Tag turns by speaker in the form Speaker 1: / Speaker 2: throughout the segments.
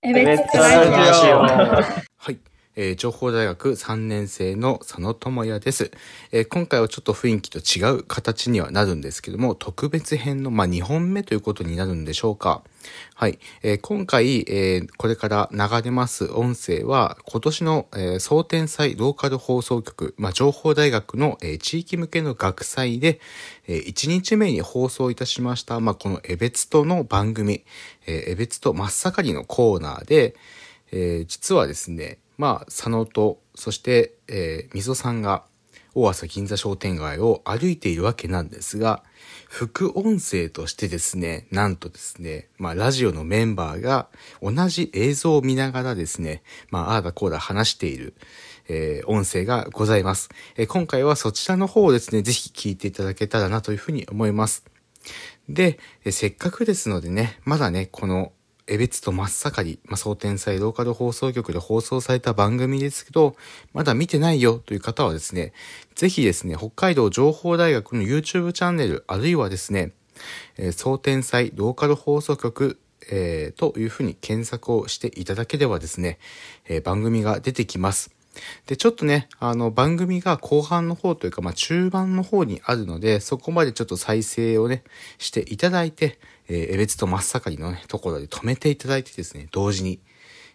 Speaker 1: エベッツ
Speaker 2: ラジオ
Speaker 3: はい。えー、情報大学3年生の佐野智也です、えー今回はちょっと雰囲気と違う形にはなるんですけども、特別編の、まあ、2本目ということになるんでしょうか。はい。えー今回、えーこれから流れます音声は、今年の、えー総天祭ローカル放送局、まあ、情報大学の、えー地域向けの学祭で、え1日目に放送いたしました、まあ、このエベツとの番組、えー、エベツと真っ盛りのコーナーで、えー実はですね、まあ、佐野と、そして、えー、みさんが、大朝銀座商店街を歩いているわけなんですが、副音声としてですね、なんとですね、まあ、ラジオのメンバーが同じ映像を見ながらですね、まあ、ああだこうだ話している、えー音声がございます、えー今回はそちらの方をですね、ぜひ聞いていただけたらなというふうに思います。で、えせっかくですのでね、まだね、この、えべつと真っ盛り、まあ、総天祭ローカル放送局で放送された番組ですけど、まだ見てないよという方はですね、ぜひですね、北海道情報大学の YouTube チャンネル、あるいはですね、えー総天祭ローカル放送局、えーというふうに検索をしていただければですね、えー番組が出てきます。で、ちょっとね、あの、番組が後半の方というか、まあ、中盤の方にあるので、そこまでちょっと再生をね、していただいて、えー、えべつと真っ盛りのね、ところで止めていただいてですね、同時に、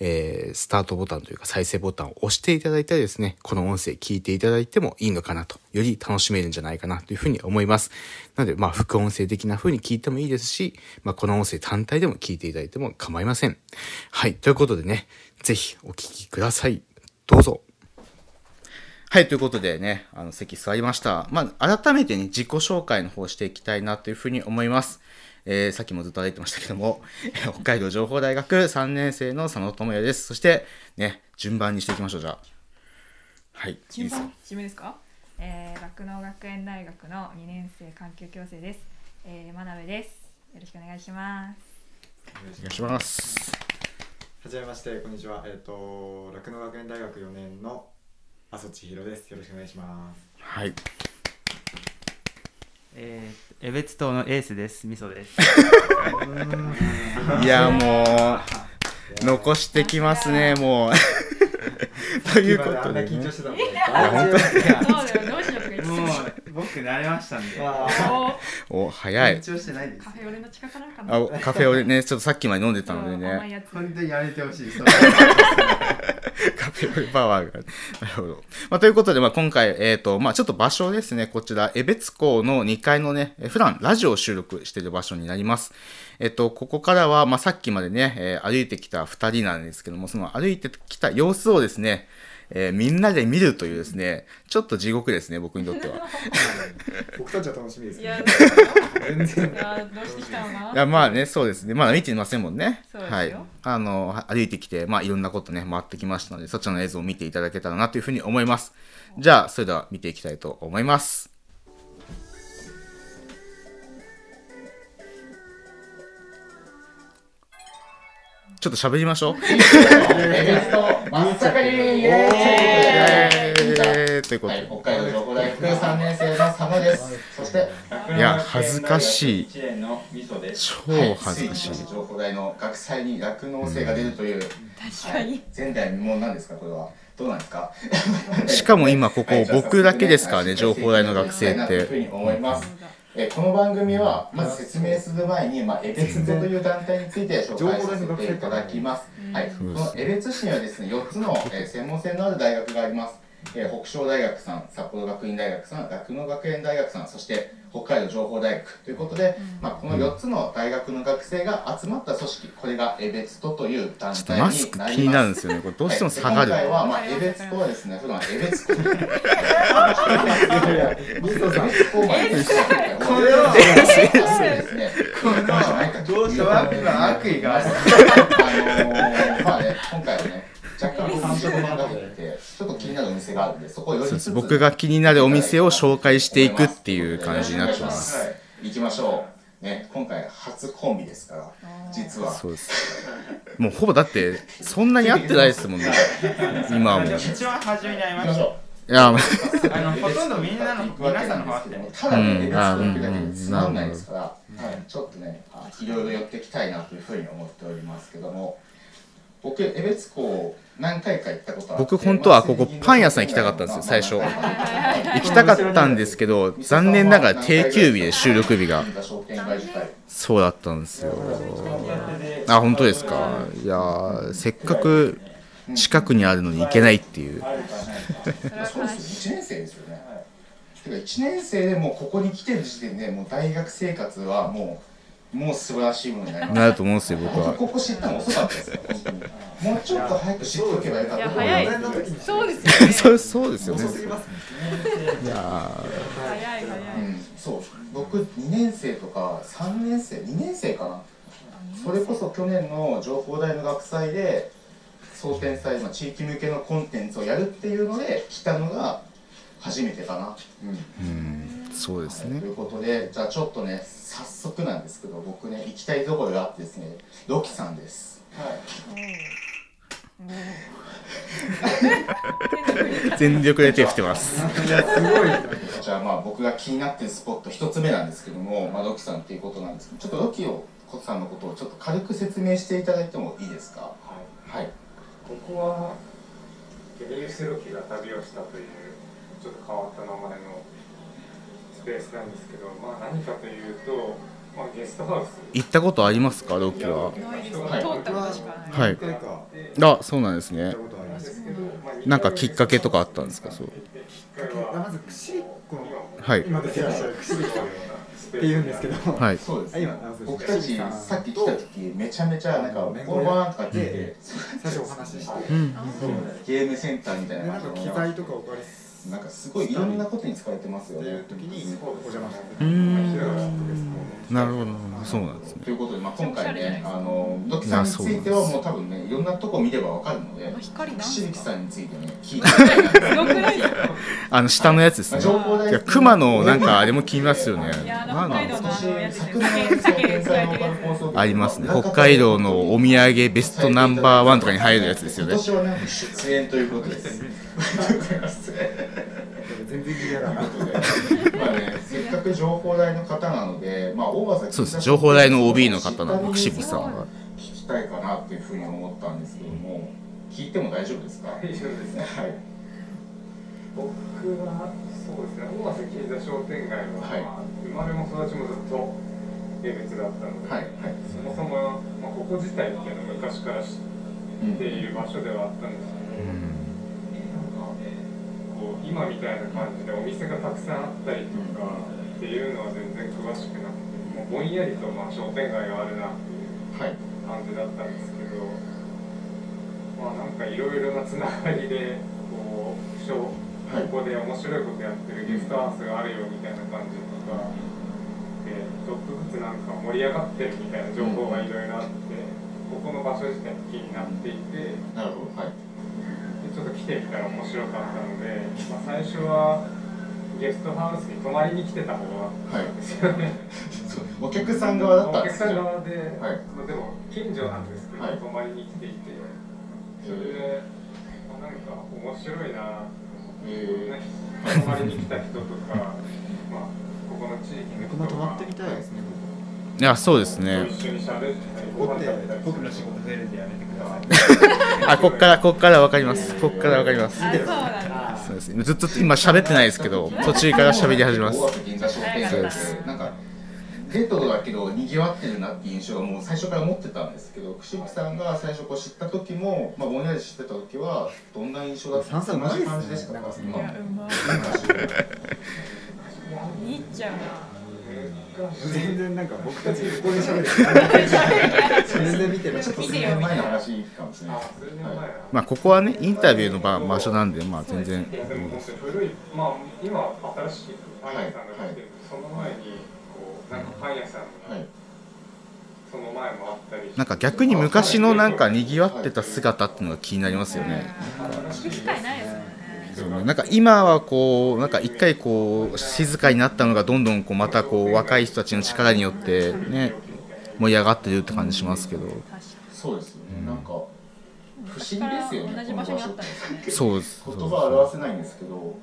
Speaker 3: えースタートボタンというか再生ボタンを押していただいたりですね、この音声聞いていただいてもいいのかなと、より楽しめるんじゃないかなというふうに思います。なので、まあ、副音声的な風に聞いてもいいですし、まあ、この音声単体でも聞いていただいても構いません。はい、ということでね、ぜひお聞きください。どうぞ。はい、ということでね、あの、席座りました。まあ、改めてね、自己紹介の方をしていきたいなというふうに思います。えーさっきもずっと歩いてましたけども、 えー北海道情報大学3年生の佐野智也です。そして、ね、順番にしていきましょう、じゃあ。はい、いい
Speaker 1: 順
Speaker 3: ですよ
Speaker 1: 番自分ですか
Speaker 4: えー、酪農学園大学の2年生環境共生です、えー、真鍋ですよろしくお願いします
Speaker 3: お願いします。
Speaker 2: はじめましてこんにちはえっ、と酪農学園大学4年の阿蘇千尋ですよろしくお願いします
Speaker 3: はい。
Speaker 5: えー、エベツ島のエースです。みそです。
Speaker 3: いや、もう、残してきますね、もう。 というこ
Speaker 2: 今まであ
Speaker 3: と
Speaker 2: んな
Speaker 3: で、
Speaker 2: 緊張
Speaker 3: ね
Speaker 2: し。てたの
Speaker 3: や
Speaker 2: に
Speaker 4: どうだよどうしようとか言って
Speaker 5: もう僕慣れましたんで。
Speaker 3: お、早い。
Speaker 5: 張してないで
Speaker 4: カフェオレの近くなんかな
Speaker 3: あ、カフェオレね、ちょっとさっきまで飲んでたので
Speaker 4: 甘い
Speaker 3: ね、
Speaker 4: やつ
Speaker 5: 当にやめてほしい。
Speaker 3: カフェオレパワーが。なるほど。まあ、ということで、まあ、今回、えっ、と、まあ、ちょっと場所ですね、こちら、江別港の2階のね、え普段ラジオを収録している場所になります。えっ、と、ここからは、まあ、さっきまでね、えー歩いてきた2人なんですけども、その歩いてきた様子をですね、えーみんなで見るというですね、ちょっと地獄ですね、僕にとっては。
Speaker 2: 僕たちは楽しみです
Speaker 4: い
Speaker 2: ね
Speaker 4: やど
Speaker 2: 全然
Speaker 4: うしてきたのか
Speaker 3: い
Speaker 4: な
Speaker 3: やまあね、そうですね。まだ見てませんもんね。
Speaker 4: そうですよ
Speaker 3: はい。あの、は歩いてきて、まあいろんなことね、回ってきましたので、そちらの映像を見ていただけたらなというふうに思います。じゃあ、それでは見ていきたいと思います。ちょっと喋りまし ょう。
Speaker 6: 真っ盛りイ
Speaker 3: え
Speaker 6: エーイ
Speaker 3: ーというこ
Speaker 6: は
Speaker 3: と
Speaker 6: い
Speaker 3: で、
Speaker 6: 北海道情報大学3年生の佐野です。そして、
Speaker 3: いや、恥ずかしい。
Speaker 6: 1年のみそです。
Speaker 3: 超恥ずかしい
Speaker 6: は。情報大の学祭に酪農生が出るという、
Speaker 4: 確かに
Speaker 6: 前代未聞なんですか、これは。どうなんですか
Speaker 3: しかも今ここ僕だけですからね、情報大の学生っ
Speaker 6: というふうに
Speaker 3: て。
Speaker 6: 思います。えこの番組は、まず説明する前に、まあ、エベツという団体について紹介させていただきます。はい、このエベツ市にはですね、4つの、えー専門性のある大学があります。えー北昇大学さん、札幌学院大学さん、酪農学園大学さん、そして北海道情報大学ということで、まあ、この4つの大学の学生が集まった組織、これがエベツトという団
Speaker 3: ちょっと
Speaker 6: 体に
Speaker 3: マスク
Speaker 6: な
Speaker 3: 気
Speaker 6: り
Speaker 3: になる
Speaker 6: ま
Speaker 3: ん
Speaker 6: す
Speaker 3: で。すよね。これどうしても下がる。
Speaker 6: はいで今回は、まあ、エベツとはですね、普段エベツコ
Speaker 2: みそさん
Speaker 6: これはですね、これは
Speaker 5: どうしたわ今悪意がある
Speaker 6: あのーまあね、今回はね、若干感触が出てて、ちょっと気になるお店があるんで、そこをより
Speaker 3: そうです
Speaker 6: つ
Speaker 3: 僕が気になるお店を紹介していくっていう感じになってます。
Speaker 6: はい。行きましょう。ね、今回初コンビですから、実は。
Speaker 3: そうです。もうほぼだって、そんなに合ってないですもんね。今はもう。い
Speaker 5: 一番初めに会い
Speaker 6: 行
Speaker 5: ま
Speaker 6: きま
Speaker 5: し
Speaker 6: しょ
Speaker 3: や、まあ
Speaker 6: う。
Speaker 5: あのほとんどみんなの皆さんの方が合ってる
Speaker 6: ただね、
Speaker 3: うん
Speaker 6: エベツトだけでつまんないですから、はいちょっとね、あいろいろ寄ってきたいなというふうに思っておりますけども、
Speaker 3: 僕江別校何回か行ったことあって
Speaker 7: 僕本当はここパン屋さん行きたかったんですよ最初行きたかったんですけど残念ながら定休日で収録日が
Speaker 3: 商店街自体
Speaker 7: そうだったんですよあ本当ですかいやーせっかく近くにあるのに行けないっていう
Speaker 4: それは
Speaker 3: そう
Speaker 4: 悲
Speaker 3: で
Speaker 4: しい
Speaker 3: すよ1年生ですよね、てか1年生でもうここに来てる時点でもう大学生活はもうもう素晴らしいものになります
Speaker 7: なると思うんですよ僕
Speaker 3: 僕
Speaker 7: は
Speaker 3: ここ知ったの遅かったですよ本当にもうちょっと早く知っておけばよかったと思う
Speaker 4: いや早いそうですよ
Speaker 7: そ
Speaker 4: ね
Speaker 7: うそうですよね
Speaker 2: 遅すぎますね
Speaker 7: いや
Speaker 4: 早い早い
Speaker 3: うんそう僕2年生とか3年生2年生かなそれこそ去年の情報大の学祭で総天祭の地域向けのコンテンツをやるっていうので来たのが初めてかな、
Speaker 7: ーうんそうですね
Speaker 3: ということでじゃあちょっとね早速なんですけど僕ね行きたいところがあってですねロキさんです
Speaker 7: 全力で手振ってます
Speaker 3: じゃあまあ僕が気になってるスポット一つ目なんですけども、まあ、ロキさんっていうことなんですけどちょっとロキをコツさんのことをちょっと軽く説明していただいてもいいですかはい
Speaker 8: ここはエリウス・ロキが旅をしたというちょっと変わった名前のスペースなんですけど、まあ、何かというと、まあ、ゲストハウス
Speaker 7: 行ったことありますかロッキーは
Speaker 4: ないですね通ったことしかない
Speaker 7: はい
Speaker 2: 一回か行っ
Speaker 7: あそうなんですね
Speaker 2: たことあります
Speaker 8: けど、まあ、
Speaker 7: なんかきっかけとかあったんですかそう
Speaker 8: きっかけは
Speaker 2: まずくしりっこの
Speaker 7: はい
Speaker 2: 今出てらっしゃるくしりっこって言うんですけど
Speaker 7: はい
Speaker 3: そうです
Speaker 2: あ
Speaker 3: ね
Speaker 2: 今あそうです
Speaker 3: 僕たちさっき来た時めちゃめちゃなんか「オーバー」とかって言って
Speaker 2: 最初お話しして
Speaker 7: うん
Speaker 3: ゲームセンターみたい
Speaker 2: で
Speaker 3: な
Speaker 2: なんか
Speaker 3: 感じ
Speaker 2: 機
Speaker 3: の
Speaker 2: 材とかお借りす
Speaker 3: なんかすごいいろんなことに使われてますよ
Speaker 2: る
Speaker 3: ね
Speaker 2: 時にお邪魔して
Speaker 7: うーん
Speaker 2: ん
Speaker 7: なるほどそうなんですね
Speaker 3: ということで、まあ、今回ねあのドキさんについてはもう多分ねいろんなとこ見ればわかるので
Speaker 4: まあ光なん
Speaker 3: 岸
Speaker 4: す
Speaker 3: 力
Speaker 4: か
Speaker 3: さんについてね聞いてみたいな
Speaker 4: すごくないですか
Speaker 7: あの下のやつですね
Speaker 3: 情報大
Speaker 7: いや熊のなんかあれも気になりますよね
Speaker 4: いやあの
Speaker 7: なん
Speaker 4: 北
Speaker 7: なん
Speaker 4: 海
Speaker 7: で
Speaker 4: 道
Speaker 7: す
Speaker 4: の
Speaker 7: か
Speaker 4: あのやつです
Speaker 3: 昨
Speaker 4: ね
Speaker 3: 年
Speaker 4: 鮭鮭
Speaker 3: 総天
Speaker 4: 使われて
Speaker 3: 才の
Speaker 4: るや
Speaker 3: 晩放送
Speaker 7: ありますね北海道のお土産ベストナンバーワンとかに入るやつですよね
Speaker 3: 今年はね出演ということです
Speaker 2: 全然気がなかっ
Speaker 3: まあね、せっかく情報大の方なので、まあ、大和さん
Speaker 7: そうです情報大の OB の方なので岸部さんは
Speaker 3: 聞きたいかなっていうふうに思ったんですけども聞いても大丈夫ですか
Speaker 8: 大丈夫です
Speaker 3: はい
Speaker 8: 僕はそうですね大和銀座商店街は、
Speaker 3: はい
Speaker 8: まあ生まれも育ちもずっと江別だったので、
Speaker 3: はいはい
Speaker 8: そもそも、まあ、ここ自体っていうのは昔から知っている場所ではあったんですけど、なんかこう今みたいな感じでお店がたくさんあったりとかっていうのは全然詳しくなくてもうぼんやりとまあ商店街があるなっていう
Speaker 3: はい
Speaker 8: 感じだったんですけどまあなんかいろいろなつながりでこう不詳
Speaker 3: はい
Speaker 8: ここで面白いことやってるゲストハウスがあるよみたいな感じとかでちょっとずつなんか盛り上がってるみたいな情報がいろいろあってここの場所自体気になっていて。
Speaker 3: なるほどはい
Speaker 8: でちょっと来てみたら面白かったので、まあ、最初はゲストハウスに泊まりに来てた方が
Speaker 3: はい
Speaker 8: ですよね
Speaker 3: そうお客さん側だった
Speaker 8: お
Speaker 3: んで
Speaker 8: 客
Speaker 3: すけ
Speaker 8: さん
Speaker 3: ど
Speaker 8: 側で、
Speaker 3: はい
Speaker 8: まあでも近所なんですけど、
Speaker 3: はい
Speaker 8: 泊まりに来ていてそれで、まあ、なんか面白いな
Speaker 3: え
Speaker 8: って泊まりに来た人と かまあここの地域の
Speaker 2: た
Speaker 8: 人
Speaker 2: 僕も
Speaker 8: が
Speaker 2: 泊まってみたいですね
Speaker 7: いやそうですね
Speaker 8: 一緒に喋ったりご
Speaker 2: ここって
Speaker 8: 飯食べたり
Speaker 5: 僕の仕事増えるんでやめてください
Speaker 7: あこっからこっからわかりますこっからわかります
Speaker 4: あそうなんだ
Speaker 7: そうですずっと今喋ってないですけど途中から喋り始めます
Speaker 3: 大和銀座商店街
Speaker 4: そう
Speaker 3: で
Speaker 4: です
Speaker 3: なんかレトロだけど賑わってるなっていう印象がもう最初から持ってたんですけど串木さんが最初こう知った時も、まあ、ぼんやり知ってた時はどんな印象だった
Speaker 2: 三歳
Speaker 3: 同
Speaker 2: マジ
Speaker 3: じ
Speaker 2: で
Speaker 3: 感じでし
Speaker 2: す
Speaker 3: た
Speaker 2: ねなん
Speaker 3: か
Speaker 2: か
Speaker 4: いやうまい見入っちゃう
Speaker 2: 全然なんか僕たちここで喋 る全然見てる
Speaker 4: ちょっと
Speaker 3: 数年前の話かもしれない
Speaker 8: あ数年前な
Speaker 7: まあここはねインタビューの場場所なんでまあ全然
Speaker 8: いやでも本当に古い、まあ、今は新しいパン屋さんが来てる、その前にこうなんかパン屋さん
Speaker 3: は
Speaker 8: が
Speaker 3: い
Speaker 8: その前もあったりして
Speaker 7: なんか逆に昔のなんか賑わってた姿っていうのが気になりますよね
Speaker 4: 聞く機会ないですもんね
Speaker 7: そうねなんか今はこうなんか一回こう静かになったのがどんどんこうまたこう若い人たちの力によってね盛り上がってるって感じしますけど
Speaker 3: そうですよね、なんか不思議
Speaker 4: 確か
Speaker 3: ですよ
Speaker 4: に
Speaker 3: ね
Speaker 4: 同じ場所にあったんですね
Speaker 7: そうです
Speaker 3: この場所言葉は表せないんですけど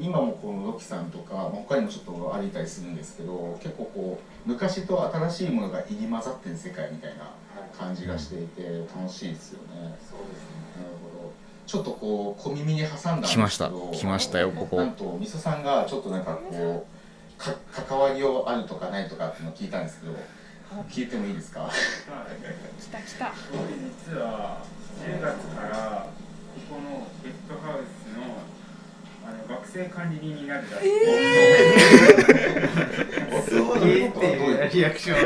Speaker 3: 今もこのロキさんとかまあ他にもちょっと歩いたりするんですけど結構こう昔と新しいものが入り混ざってる世界みたいな感じがしていて楽しいですよね。
Speaker 8: そうですね
Speaker 3: なるほど。ちょっとこう小耳に挟んだんです
Speaker 7: 来
Speaker 3: けど
Speaker 7: ました来ましたよここ
Speaker 3: なんとみそさんがちょっとなんかこうか関わりをあるとかないとかっていうのを聞いたんですけど聞いてもいいですか
Speaker 4: 来た来た
Speaker 5: 僕実は10月からここのゲストハウスのあの学生管理人になるらしい、
Speaker 2: そうっていうリアクション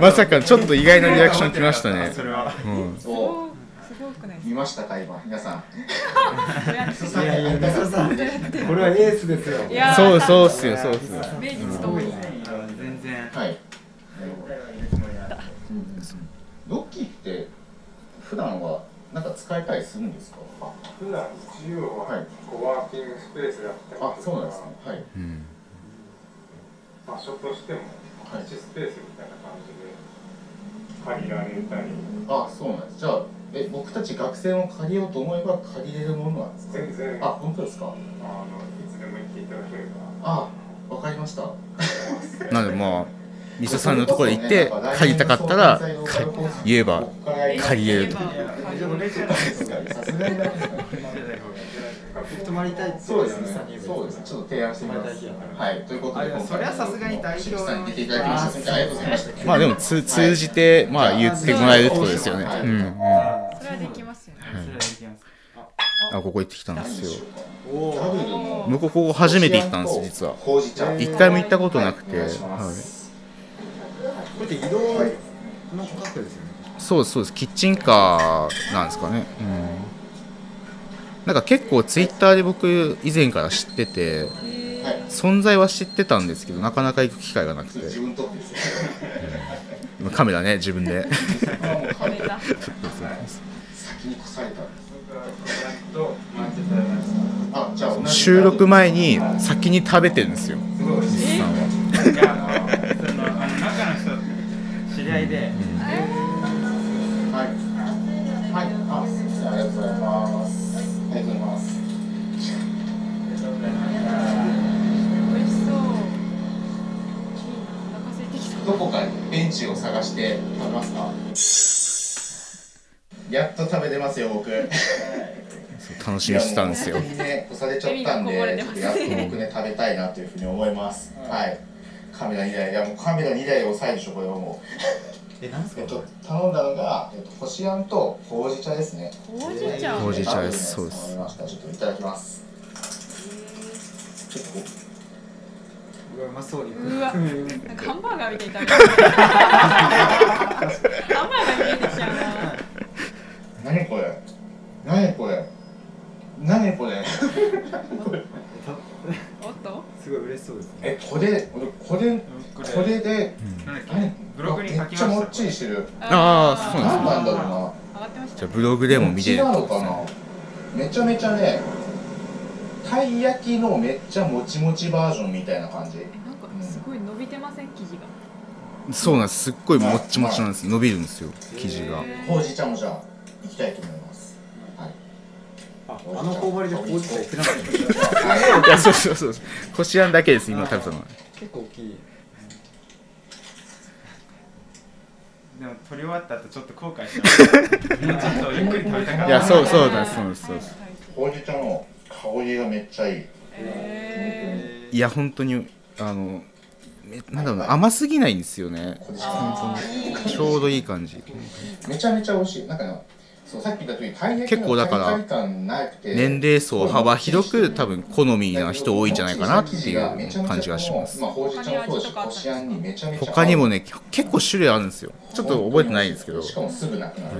Speaker 7: まさかちょっと意外なリアクション来ましたね
Speaker 2: それは
Speaker 7: うん
Speaker 4: す
Speaker 3: お
Speaker 4: ごいすごくないです
Speaker 3: 見ましたか今皆さん
Speaker 4: か
Speaker 3: みそ
Speaker 2: い
Speaker 3: さんが
Speaker 2: やいや
Speaker 3: 会い
Speaker 2: み
Speaker 3: た
Speaker 2: そ
Speaker 3: か
Speaker 2: さんこれはエースですよ
Speaker 4: いや
Speaker 7: そうそうっすよそうっすよ
Speaker 4: 命日ともに
Speaker 2: 全然
Speaker 3: はい
Speaker 4: い
Speaker 3: ロッキーって普段はなんか使えたりするんですか
Speaker 8: 普段一応
Speaker 3: はい
Speaker 8: はコワーキングスペースだったりと
Speaker 3: あ
Speaker 8: か、
Speaker 3: そうなんですねはい
Speaker 7: うん
Speaker 8: 場所としても
Speaker 3: はい
Speaker 8: 貸しスペースみたいな感じで借りられたり
Speaker 3: あそうなんですじゃあえ僕たち学生を借りようと思えば借りれるものなんですか
Speaker 8: 全然
Speaker 3: あ
Speaker 8: あ
Speaker 3: 本当ですか
Speaker 8: のいつでも行っていただければ
Speaker 3: あわかりました
Speaker 7: なのでまあみそさんのところに行って借りたかったらか言えば借りれると
Speaker 2: でもね
Speaker 3: さすがにないですか
Speaker 2: 泊まりたいって
Speaker 3: そうですねそうですねちょっと提案してみますはいということで今回
Speaker 2: それはさすがに代表
Speaker 3: 鈴木さんに出ていただきました本当にありがとうございました
Speaker 7: まあでもつ通じてまあ言ってもらえるってことですよね
Speaker 3: はい
Speaker 7: うんうん
Speaker 4: それはできますよね
Speaker 7: あここ行ってきたんですよ
Speaker 2: おお
Speaker 3: ダブルの
Speaker 7: 向こうここ初めて行ったんです実は
Speaker 3: ほうじ茶はい
Speaker 7: 一回も行ったことなくて、
Speaker 3: お
Speaker 7: は
Speaker 3: 願い
Speaker 7: い
Speaker 3: します
Speaker 2: これって移動のカフェですよね
Speaker 7: そうですそうですキッチンカーなんですかね、うん、なんか結構ツイッターで僕以前から知ってて
Speaker 3: はい
Speaker 7: 存在は知ってたんですけどなかなか行く機会がなくて
Speaker 3: 自分とってですね
Speaker 7: 今カメラね自分で
Speaker 3: もう
Speaker 4: これだ
Speaker 3: 先に越されたんです
Speaker 5: とマンチェスターユナイテッド
Speaker 3: あじゃあ同じ
Speaker 7: 収録前に先に食べてるんですよ
Speaker 5: すごい美味しい。いや、その、あの、中の人、知り合いで、
Speaker 3: はい。はい。あ、すいませんありがとうございます。ありがとうございます。
Speaker 4: 美味しそういいなお腹空いてきた
Speaker 3: どこかベンチを探して食べますか。やっと食べてますよ、僕。
Speaker 7: そう楽しみにしてたんです
Speaker 3: い
Speaker 7: よ
Speaker 3: やもう本当にね、干されちゃった
Speaker 4: 笑
Speaker 3: ん
Speaker 4: みがこぼれ
Speaker 3: で、
Speaker 4: て
Speaker 3: ちょ
Speaker 4: ま
Speaker 3: っ
Speaker 4: す
Speaker 3: と
Speaker 4: ね
Speaker 3: やっと僕ね、食べたいなというふうに思います。はい。カメラ2台、いやもうカメラ2台押さえでしょ、これはもう。
Speaker 2: えなんすか
Speaker 3: えっ、
Speaker 2: こと
Speaker 3: 頼んだのが、えっと、こしあんとほうじ茶ですね。
Speaker 4: ほうじ茶
Speaker 7: ほうじ茶です
Speaker 3: ダブルのやつ頼みましたちょっといただきます。ちょっとこう
Speaker 2: れうまそうに
Speaker 4: うわなんかハンバーガーみたいに食べてるハンバーガーに見えてきちゃうな
Speaker 3: 何これ何これ何これ
Speaker 4: おっと
Speaker 2: すごい嬉しそうですね
Speaker 3: えこれ俺これ
Speaker 5: こ
Speaker 3: こ
Speaker 5: れ、
Speaker 3: れで
Speaker 5: なんだっ
Speaker 3: 何
Speaker 5: け、ブログに書き
Speaker 3: め
Speaker 5: ま
Speaker 3: っ
Speaker 5: し
Speaker 3: ち
Speaker 5: た。
Speaker 3: ゃもっちりしてる
Speaker 7: あーそう
Speaker 3: 何
Speaker 7: な
Speaker 3: なんだろ
Speaker 4: 上がってまし
Speaker 7: じ
Speaker 4: た
Speaker 7: ゃあブログで
Speaker 3: う
Speaker 7: も
Speaker 3: な
Speaker 7: 見
Speaker 3: 違
Speaker 7: れ
Speaker 3: う
Speaker 7: る
Speaker 3: のかなめちゃめちゃねたい焼きのめっちゃもちもちバージョンみたいな感じ
Speaker 4: えなんかすごい伸びてません生地が
Speaker 7: そうなんですすっごいもっちもちなんです伸びるんですよ生地が
Speaker 3: ほうじ茶もじゃあいきたいと思いますはい
Speaker 2: ああの頬張りでほうじ茶言ってなかった
Speaker 7: いやそうそうそうこしあんだけです今食べたのは
Speaker 2: 結構大きい
Speaker 5: でも、撮り終わった後、ちょっと後悔しました。もうちょっとゆっくり食べたかった。
Speaker 7: いやそうそうなんですそうなんですそうです
Speaker 3: ほうじ茶の香りがめっちゃいい
Speaker 4: え
Speaker 7: いや本当にあのめなんだろうな甘すぎないんですよね
Speaker 3: これしかない
Speaker 4: あーいい
Speaker 7: ちょうどいい感じ
Speaker 3: めちゃめちゃ美味しいなんかねそうさっき言った通りたい焼き
Speaker 7: 結構だから
Speaker 3: カリカリ感なくて
Speaker 7: 年齢層幅広く多分好みな人多いんじゃないかなっていう感じがします
Speaker 3: まあ、ほうじ茶もそうだしこしあんにめちゃめちゃ合う
Speaker 7: 他にもね結構種類あるんですよちょっと覚えてないんですけど
Speaker 3: しかもすぐなくなる、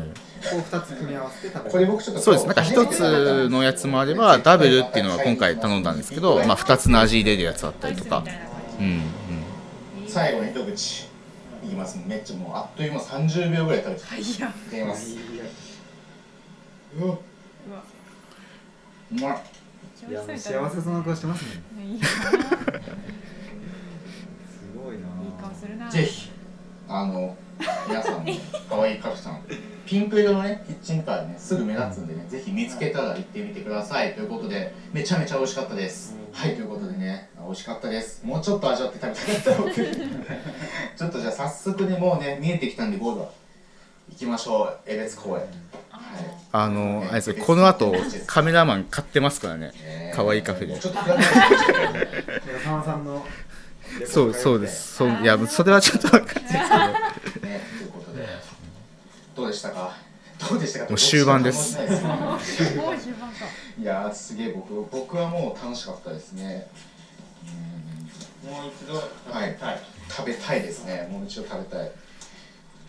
Speaker 2: こう二つ組み合わせて食べ
Speaker 3: これ僕ちょっと
Speaker 7: そうですなんか一つのやつもあればダブルっていうのは今回頼んだんですけど、まあ、2つの味入れるやつだっ
Speaker 4: ア
Speaker 7: た
Speaker 4: イ
Speaker 7: り
Speaker 4: ス
Speaker 7: と
Speaker 4: みたいな
Speaker 7: か
Speaker 4: 感
Speaker 7: うんうん
Speaker 3: 最後の一口いきますめっちゃもうあっという間30秒ぐらい食べて
Speaker 4: じいや
Speaker 3: いただきますうわ
Speaker 4: うわ
Speaker 3: うまい
Speaker 2: いやもう
Speaker 4: 幸せ
Speaker 2: 幸せそうな顔してますね
Speaker 4: いいな
Speaker 2: すごいない
Speaker 4: い顔するな
Speaker 3: ぜひあの皆さんね可愛いカフさんピンク色のねキッチンカーねすぐ目立つんでねぜひ見つけたら行ってみてくださいということでめちゃめちゃ美味しかったですはいということでね美味しかったですもうちょっと味わ って食べたかった僕ちょっとじゃあ早速ねもうね見えてきたんでゴールは行きましょう江別公園
Speaker 7: あの、あれですよこの後、カメラマン買ってますからね。可愛いカフェで
Speaker 3: ちょっと暗くなってきましたね
Speaker 2: なんかさんさんの
Speaker 7: そう、そうです。そう、いや、それはちょっとわかんないです
Speaker 3: ね、ということで、どうでしたか。どうでしたか。
Speaker 7: もう終盤です
Speaker 3: どうしたかもしれないです
Speaker 4: もう終盤か。
Speaker 3: いやー、すげえ、僕、僕はもう楽しかったですね。
Speaker 5: もう一度
Speaker 3: うんはい、食べたいですね。もう一度食べたい。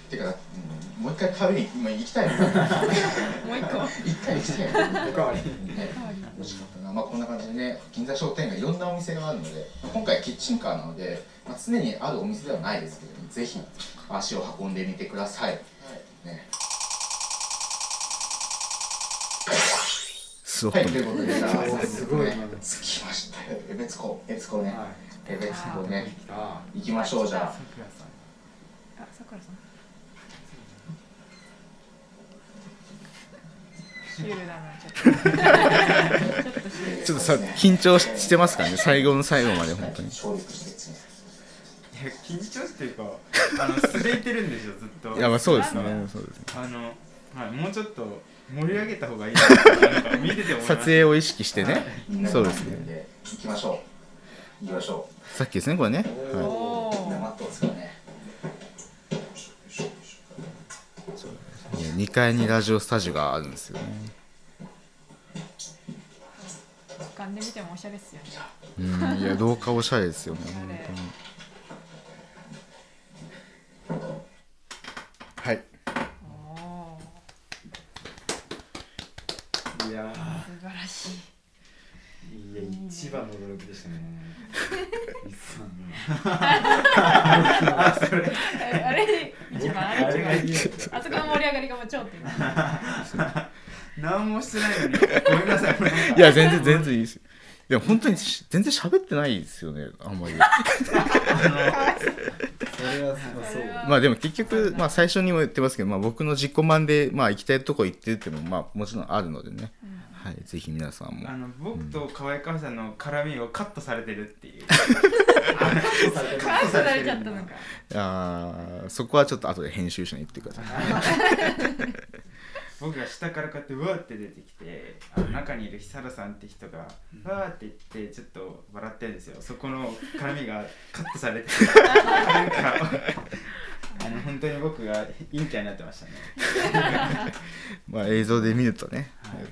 Speaker 3: てか、うん、もう一回食べに、今行きたいな。
Speaker 4: もう一個。は
Speaker 3: 一回行きたいな。
Speaker 2: おかわり
Speaker 3: ね、美味しかったな、まあ、こんな感じでね銀座商店街いろんなお店があるので今回キッチンカーなので、まあ、常にあるお店ではないですけどぜひ足を運んでみてください、ね、
Speaker 7: スロ
Speaker 3: は
Speaker 7: ッ
Speaker 3: い
Speaker 7: ト
Speaker 3: という
Speaker 7: も。
Speaker 3: ことでじゃあ
Speaker 2: おーすごい
Speaker 3: ね着きましたよエベツコエベツコね
Speaker 2: は
Speaker 3: エベツコね
Speaker 2: いあ
Speaker 3: 行きましょうじゃあ
Speaker 2: ー
Speaker 4: あ、さくらさん。シュールだな、ちょっ
Speaker 7: ちょっとさ、緊張ししてますからね。最後の最後まで、本当に。
Speaker 3: 勝利して
Speaker 5: いや緊張っていうかあの素でいてるんですよずっと
Speaker 7: いや、まあ、そうですね。そうですね
Speaker 5: あの、はい、もうちょっと盛り上げた方がいいなってなんか見てて思い
Speaker 7: 撮
Speaker 5: ます
Speaker 7: 影を意識してね。
Speaker 3: みんな
Speaker 7: そう
Speaker 3: 待
Speaker 7: で
Speaker 3: っ
Speaker 7: す
Speaker 3: てる
Speaker 7: ね
Speaker 3: んで行きましょう行きましょう
Speaker 7: さっきですね、これね。
Speaker 4: と。
Speaker 7: は
Speaker 4: お
Speaker 3: みんな待ってますからね
Speaker 7: い。2階にラジオスタジオがあるんですよね。
Speaker 4: お、俯瞰で見てもおしゃれっすよね。
Speaker 7: うん、いや、廊下おしゃれですよね。本当に。はい。
Speaker 4: おお、
Speaker 2: いや
Speaker 4: 素晴らしい。
Speaker 2: ーいや一番の驚きでし たねミスさんの
Speaker 4: えあれ、一番、あ
Speaker 2: あれが
Speaker 4: れ
Speaker 2: いい
Speaker 4: 違
Speaker 2: や
Speaker 4: う。
Speaker 2: つ
Speaker 4: あそこの盛り上がりがもう頂点。
Speaker 5: 何もしてないのにごめんなさいこれなんか
Speaker 7: いや、全然、全然いいですよ。でも、本当にし、全然喋ってないですよね。あんまり。
Speaker 2: それはそう
Speaker 4: それは
Speaker 7: まあでも結局、まあ、最初にも言ってますけど、まあ、僕の自己満で、まあ、行きたいとこ行ってるっていうのも、まあ、もちろんあるのでね、はい、ぜひ皆さんも
Speaker 5: あの僕と河合川さんの絡みをカットされてるっていう
Speaker 4: カースされちゃったのか。
Speaker 7: あーそこはちょっと後で編集者に言ってください
Speaker 5: 僕が下からこうやってうわーって出てきてあの中にいる久田さんって人がうわーって言ってちょっと笑ってるんですよそこの絡みがカット されてなんかあの本当に僕が陰キャになってましたね
Speaker 7: まあ映像で見るとね、はい